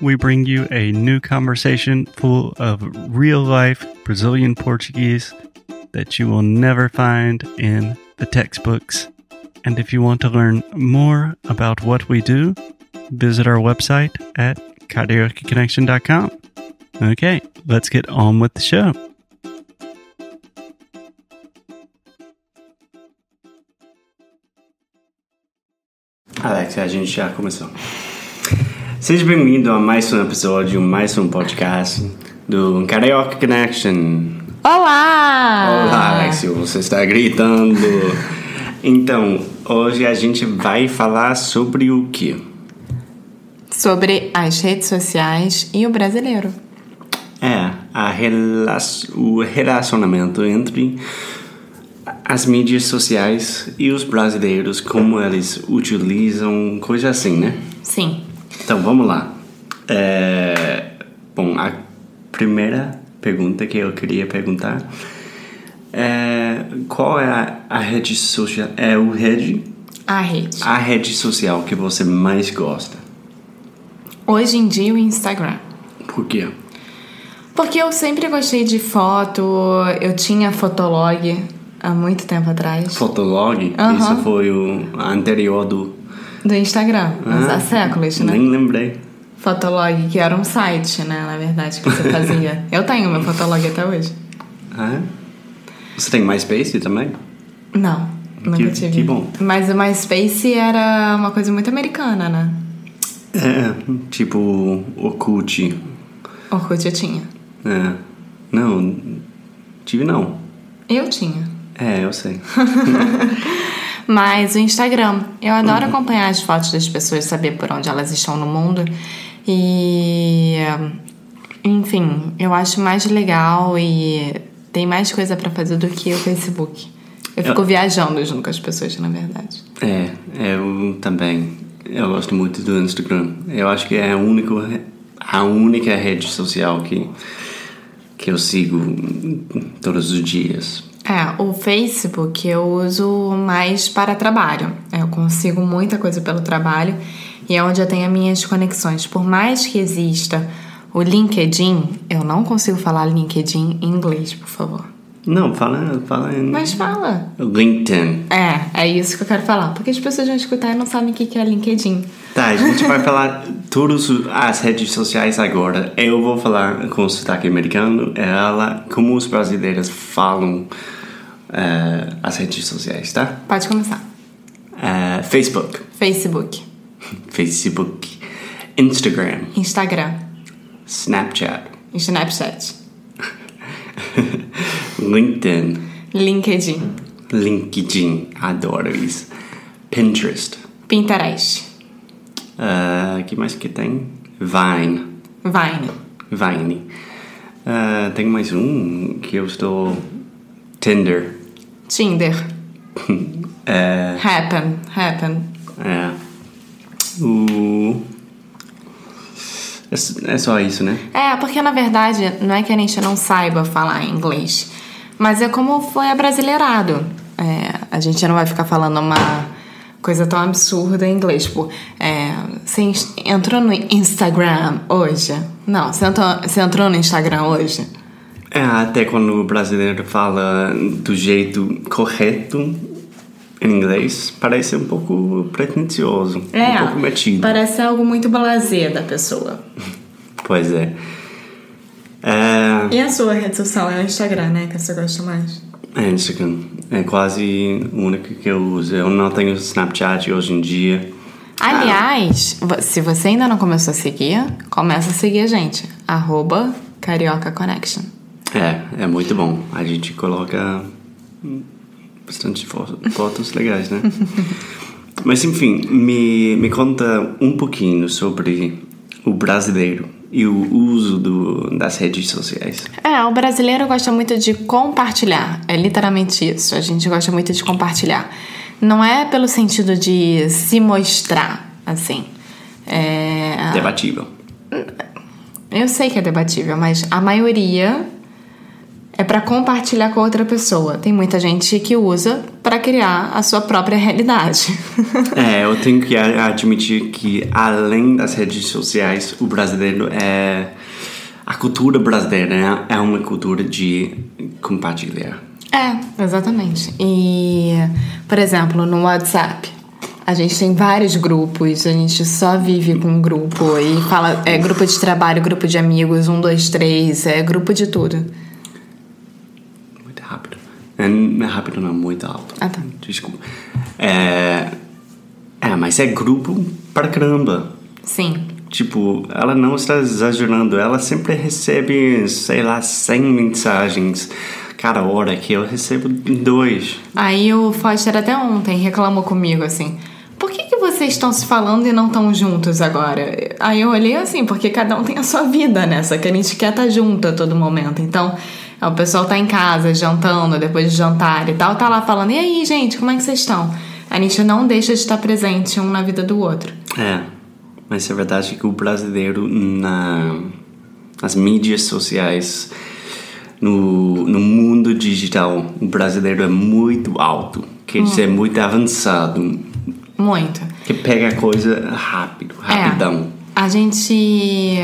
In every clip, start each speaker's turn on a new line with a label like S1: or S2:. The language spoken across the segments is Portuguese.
S1: we bring you a new conversation full of real life Brazilian Portuguese that you will never find in the textbooks. And if you want to learn more about what we do, visit our website at cariocaconnection.com. Okay, let's get on with the show.
S2: Alex, a gente já começou. Seja bem-vindo a mais um episódio, mais um podcast do Carioca Connection.
S3: Olá!
S2: Olá, Alex, você está gritando. Então, hoje a gente vai falar sobre o quê?
S4: sobre as redes sociais e o brasileiro.
S2: É, a rela o relacionamento entre as mídias sociais e os brasileiros, como eles utilizam, coisa assim, né?
S4: Sim.
S2: Então, vamos lá. É, bom, a primeira pergunta que eu queria perguntar é qual é a, a rede social, é o rede,
S4: A rede.
S2: a rede social que você mais gosta?
S4: Hoje em dia, o Instagram.
S2: Por quê?
S4: Porque eu sempre gostei de foto, eu tinha Fotolog há muito tempo atrás.
S2: Fotolog,
S4: Aham.
S2: isso foi o anterior do.
S4: do Instagram, mas há séculos, né?
S2: Ah. Nem lembrei.
S4: Fotolog, que era um site, né? Na verdade, que você fazia. eu tenho meu Fotolog até hoje.
S2: Ah, Você tem MySpace também?
S4: Não, nunca
S2: Que-
S4: tive.
S2: que bom.
S4: Mas o MySpace era uma coisa muito americana, né?
S2: É, tipo Orkut.
S4: Orkut eu tinha.
S2: É. Não, tive não.
S4: Eu tinha.
S2: É, eu sei.
S4: Mas o Instagram, eu adoro acompanhar as fotos das pessoas, saber por onde elas estão no mundo. E eh, enfim, eu acho mais legal e tem mais coisa pra fazer do que o Facebook. Eu fico
S2: Eu-
S4: viajando junto com as pessoas, na verdade.
S2: É, eu também. Eu gosto muito do Instagram. Eu acho que é a única, a única rede social que, que eu sigo todos os dias.
S4: É, o Facebook eu uso mais para trabalho. Eu consigo muita coisa pelo trabalho e é onde eu tenho as minhas conexões. Por mais que exista o LinkedIn, eu não consigo falar LinkedIn em inglês, por favor.
S2: Não, fala, fala em
S4: Mas fala.
S2: LinkedIn.
S4: É, é isso que eu quero falar. Porque as pessoas vão escutar e não sabem o que que é LinkedIn.
S2: Tá, a gente vai falar todas as redes sociais agora. Eu vou falar com sotaque americano, ela, como os brasileiros falam eh, as redes sociais, tá?
S4: Pode começar.
S2: Eh, Facebook,
S4: Facebook,
S2: Facebook, Instagram,
S4: Instagram,
S2: Snapchat,
S4: Snapchat,
S2: LinkedIn,
S4: LinkedIn,
S2: LinkedIn, adoro isso, Pinterest,
S4: Pinterest,
S2: eh, que mais que tem? Vine,
S4: Vine,
S2: Vine. Eh, tem mais um que eu estou... Tinder.
S4: Tinder,
S2: Eh,
S4: Happen, Happen.
S2: É. O. É s- É só isso, né?
S4: É, porque na verdade não é que a gente não saiba falar inglês, mas é como foi abrasileirado. É, a gente não vai ficar falando uma coisa tão absurda em inglês, tipo, é, você ins- entrou no Instagram hoje? Não, você entrou, você entrou no Instagram hoje?
S2: É, até quando o brasileiro fala do jeito correto em inglês, parece um pouco pretencioso,
S4: É,
S2: um pouco metido.
S4: parece algo muito blasé da pessoa.
S2: Pois é. É.
S4: E a sua rede social é o Instagram, né, que você gosta mais?
S2: é Instagram. É quase o único que eu uso. Eu não tenho Snapchat hoje em dia.
S4: Ah. Aliás, vo- se você ainda não começou a seguir, começa a seguir a gente. Arroba Carioca Connection.
S2: É, é muito bom. A gente coloca hum, bastante fo- fotos legais, né? Mas enfim, me, me conta um pouquinho sobre o brasileiro e o uso do, das redes sociais.
S4: É, o brasileiro gosta muito de compartilhar. É literalmente isso. A gente gosta muito de compartilhar. Não é pelo sentido de se mostrar, assim. É...
S2: Debatível.
S4: Eu sei que é debatível, mas a maioria é para compartilhar com outra pessoa. Tem muita gente que usa para criar a sua própria realidade.
S2: É, eu tenho que a- admitir que além das redes sociais, o brasileiro é a cultura brasileira é é uma cultura de compartilhar.
S4: É, exatamente. E, por exemplo, no WhatsApp, a gente tem vários grupos, a gente só vive com um grupo e fala, é grupo de trabalho, grupo de amigos, um, dois, três, é grupo de tudo.
S2: Muito rápido. É, Não é rápido, não, muito alto.
S4: Ah, tá.
S2: Desculpa. É, é, mas é grupo para caramba.
S4: Sim.
S2: Tipo, ela não está exagerando, ela sempre recebe, sei lá, 100 mensagens. Cada hora que eu recebo dois.
S4: Aí o Foster até ontem reclamou comigo assim. Por que, que vocês estão se falando e não estão juntos agora? Aí eu olhei assim, porque cada um tem a sua vida, né? Só que a gente quer estar junto a todo momento. Então, é, o pessoal tá em casa, jantando, depois de jantar e tal, tá lá falando, e aí, gente, como é que vocês estão? A gente não deixa de estar presente um na vida do outro.
S2: É, mas é verdade que o brasileiro na, nas mídias sociais, no, no mundo digital, o brasileiro é muito alto,
S4: Hum.
S2: quer dizer, muito avançado,
S4: Muito.
S2: que pega a coisa rápido, rapidão.
S4: É, a gente.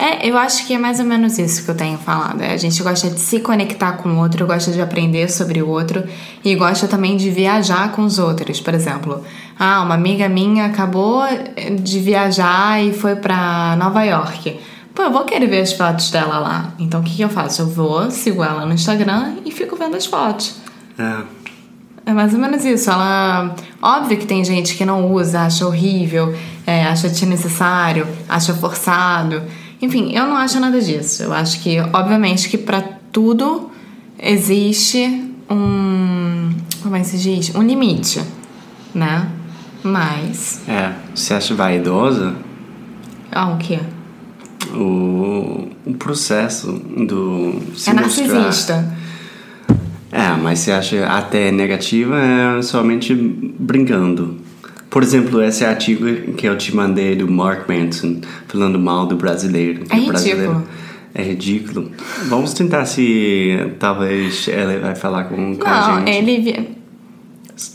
S4: É, eu acho que é mais ou menos isso que eu tenho falado. É, A gente gosta de se conectar com o outro, gosta de aprender sobre o outro e gosta também de viajar com os outros. Por exemplo, ah, uma amiga minha acabou eh, de viajar e foi pra Nova York. Pô, eu vou querer ver as fotos dela lá. Então o que, que eu faço? Eu vou, sigo ela no Instagram e fico vendo as fotos.
S2: É.
S4: É mais ou menos isso. Ela. Óbvio que tem gente que não usa, acha horrível, é, acha desnecessário, acha forçado. Enfim, eu não acho nada disso. Eu acho que, obviamente, que pra tudo existe um. Como é que se diz? Um limite, né? Mas.
S2: É, você acha vaidosa?
S4: Ah, o quê?
S2: O, o processo do. se
S4: é
S2: mostrar-
S4: narcisista.
S2: É, mas você acha até negativa é somente brincando. Por exemplo, esse artigo que eu te mandei do Mark Manson falando mal do brasileiro. que
S4: É
S2: o brasileiro
S4: ridículo.
S2: É ridículo. Vamos tentar se talvez ele vai falar com, com a
S4: Não,
S2: gente.
S4: ele. vi-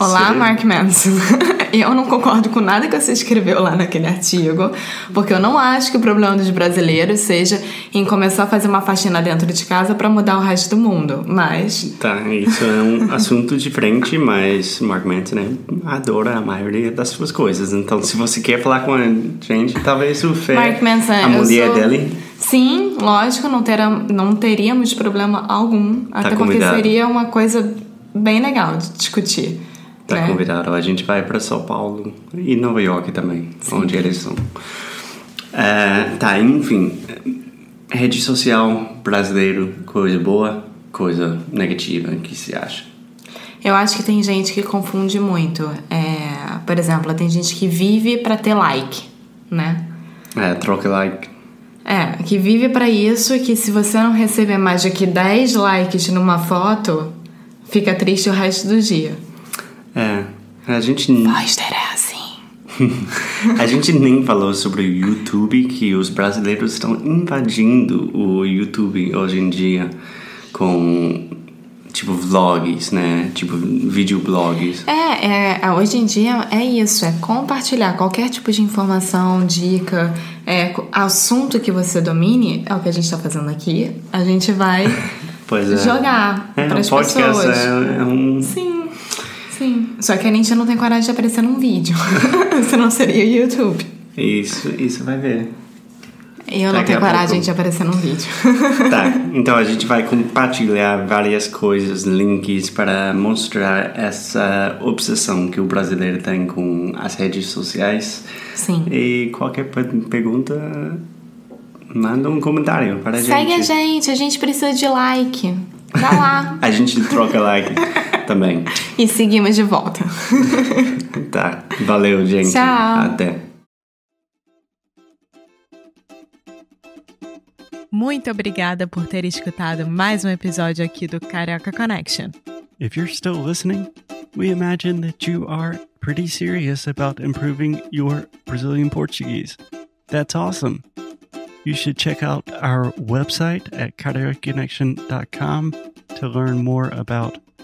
S4: Olá,
S2: Seria-
S4: Mark Manson. eu não concordo com nada que você escreveu lá naquele artigo, porque eu não acho que o problema dos brasileiros seja em começar a fazer uma faxina dentro de casa pra mudar o resto do mundo. Mas
S2: Tá, isso é um assunto diferente, mas Mark Manson né, adora a maioria das suas coisas. Então, se você quer falar com a gente, talvez o Fê,
S4: Mark Manson,
S2: É, a
S4: eu
S2: mulher
S4: sou-
S2: dele,
S4: Sim, lógico, não, terá, não teríamos problema algum. até
S2: Tá convidado.
S4: porque seria uma coisa bem legal de discutir.
S2: tá
S4: né?
S2: convidado. A gente vai para São Paulo e Nova York também, onde eles são. É, tá, enfim. Rede social brasileiro, coisa boa, coisa negativa, o que se acha?
S4: Eu acho que tem gente que confunde muito. É, por exemplo, tem gente que vive pra ter like, né?
S2: É, troca like.
S4: É, que vive pra isso, que se você não receber mais do que 10 likes numa foto, fica triste o resto do dia.
S2: É, a gente
S4: Poster é assim.
S2: A gente nem falou sobre o YouTube, que os brasileiros estão invadindo o YouTube hoje em dia com tipo vlogs, né? Tipo videoblogs.
S4: É, é, hoje em dia é isso, é compartilhar qualquer tipo de informação, dica, é, co- assunto que você domine, é o que a gente tá fazendo aqui. A gente vai
S2: Pois é.
S4: jogar
S2: É,
S4: pras
S2: o podcast
S4: pessoas.
S2: é, é um.
S4: Sim, sim. Só que a gente não tem coragem de aparecer num vídeo. Senão seria o YouTube.
S2: Isso, isso vai ver.
S4: Eu
S2: Daqui
S4: não tenho
S2: a
S4: coragem
S2: pouco.
S4: de aparecer num vídeo.
S2: Tá, então a gente vai compartilhar várias coisas, links para mostrar essa obsessão que o brasileiro tem com as redes sociais.
S4: Sim.
S2: E qualquer per- pergunta, manda um comentário para a gente.
S4: Segue a gente, a gente precisa de like. Dá lá.
S2: A gente troca like também.
S4: e seguimos de volta.
S2: Tá, valeu, gente.
S4: Tchau.
S2: Até.
S3: Muito obrigada por ter escutado mais um episódio aqui do Carioca Connection.
S1: If you're still listening, we imagine that you are pretty serious about improving your Brazilian Portuguese. That's awesome. You should check out our website at cariocaconnection.com to learn more about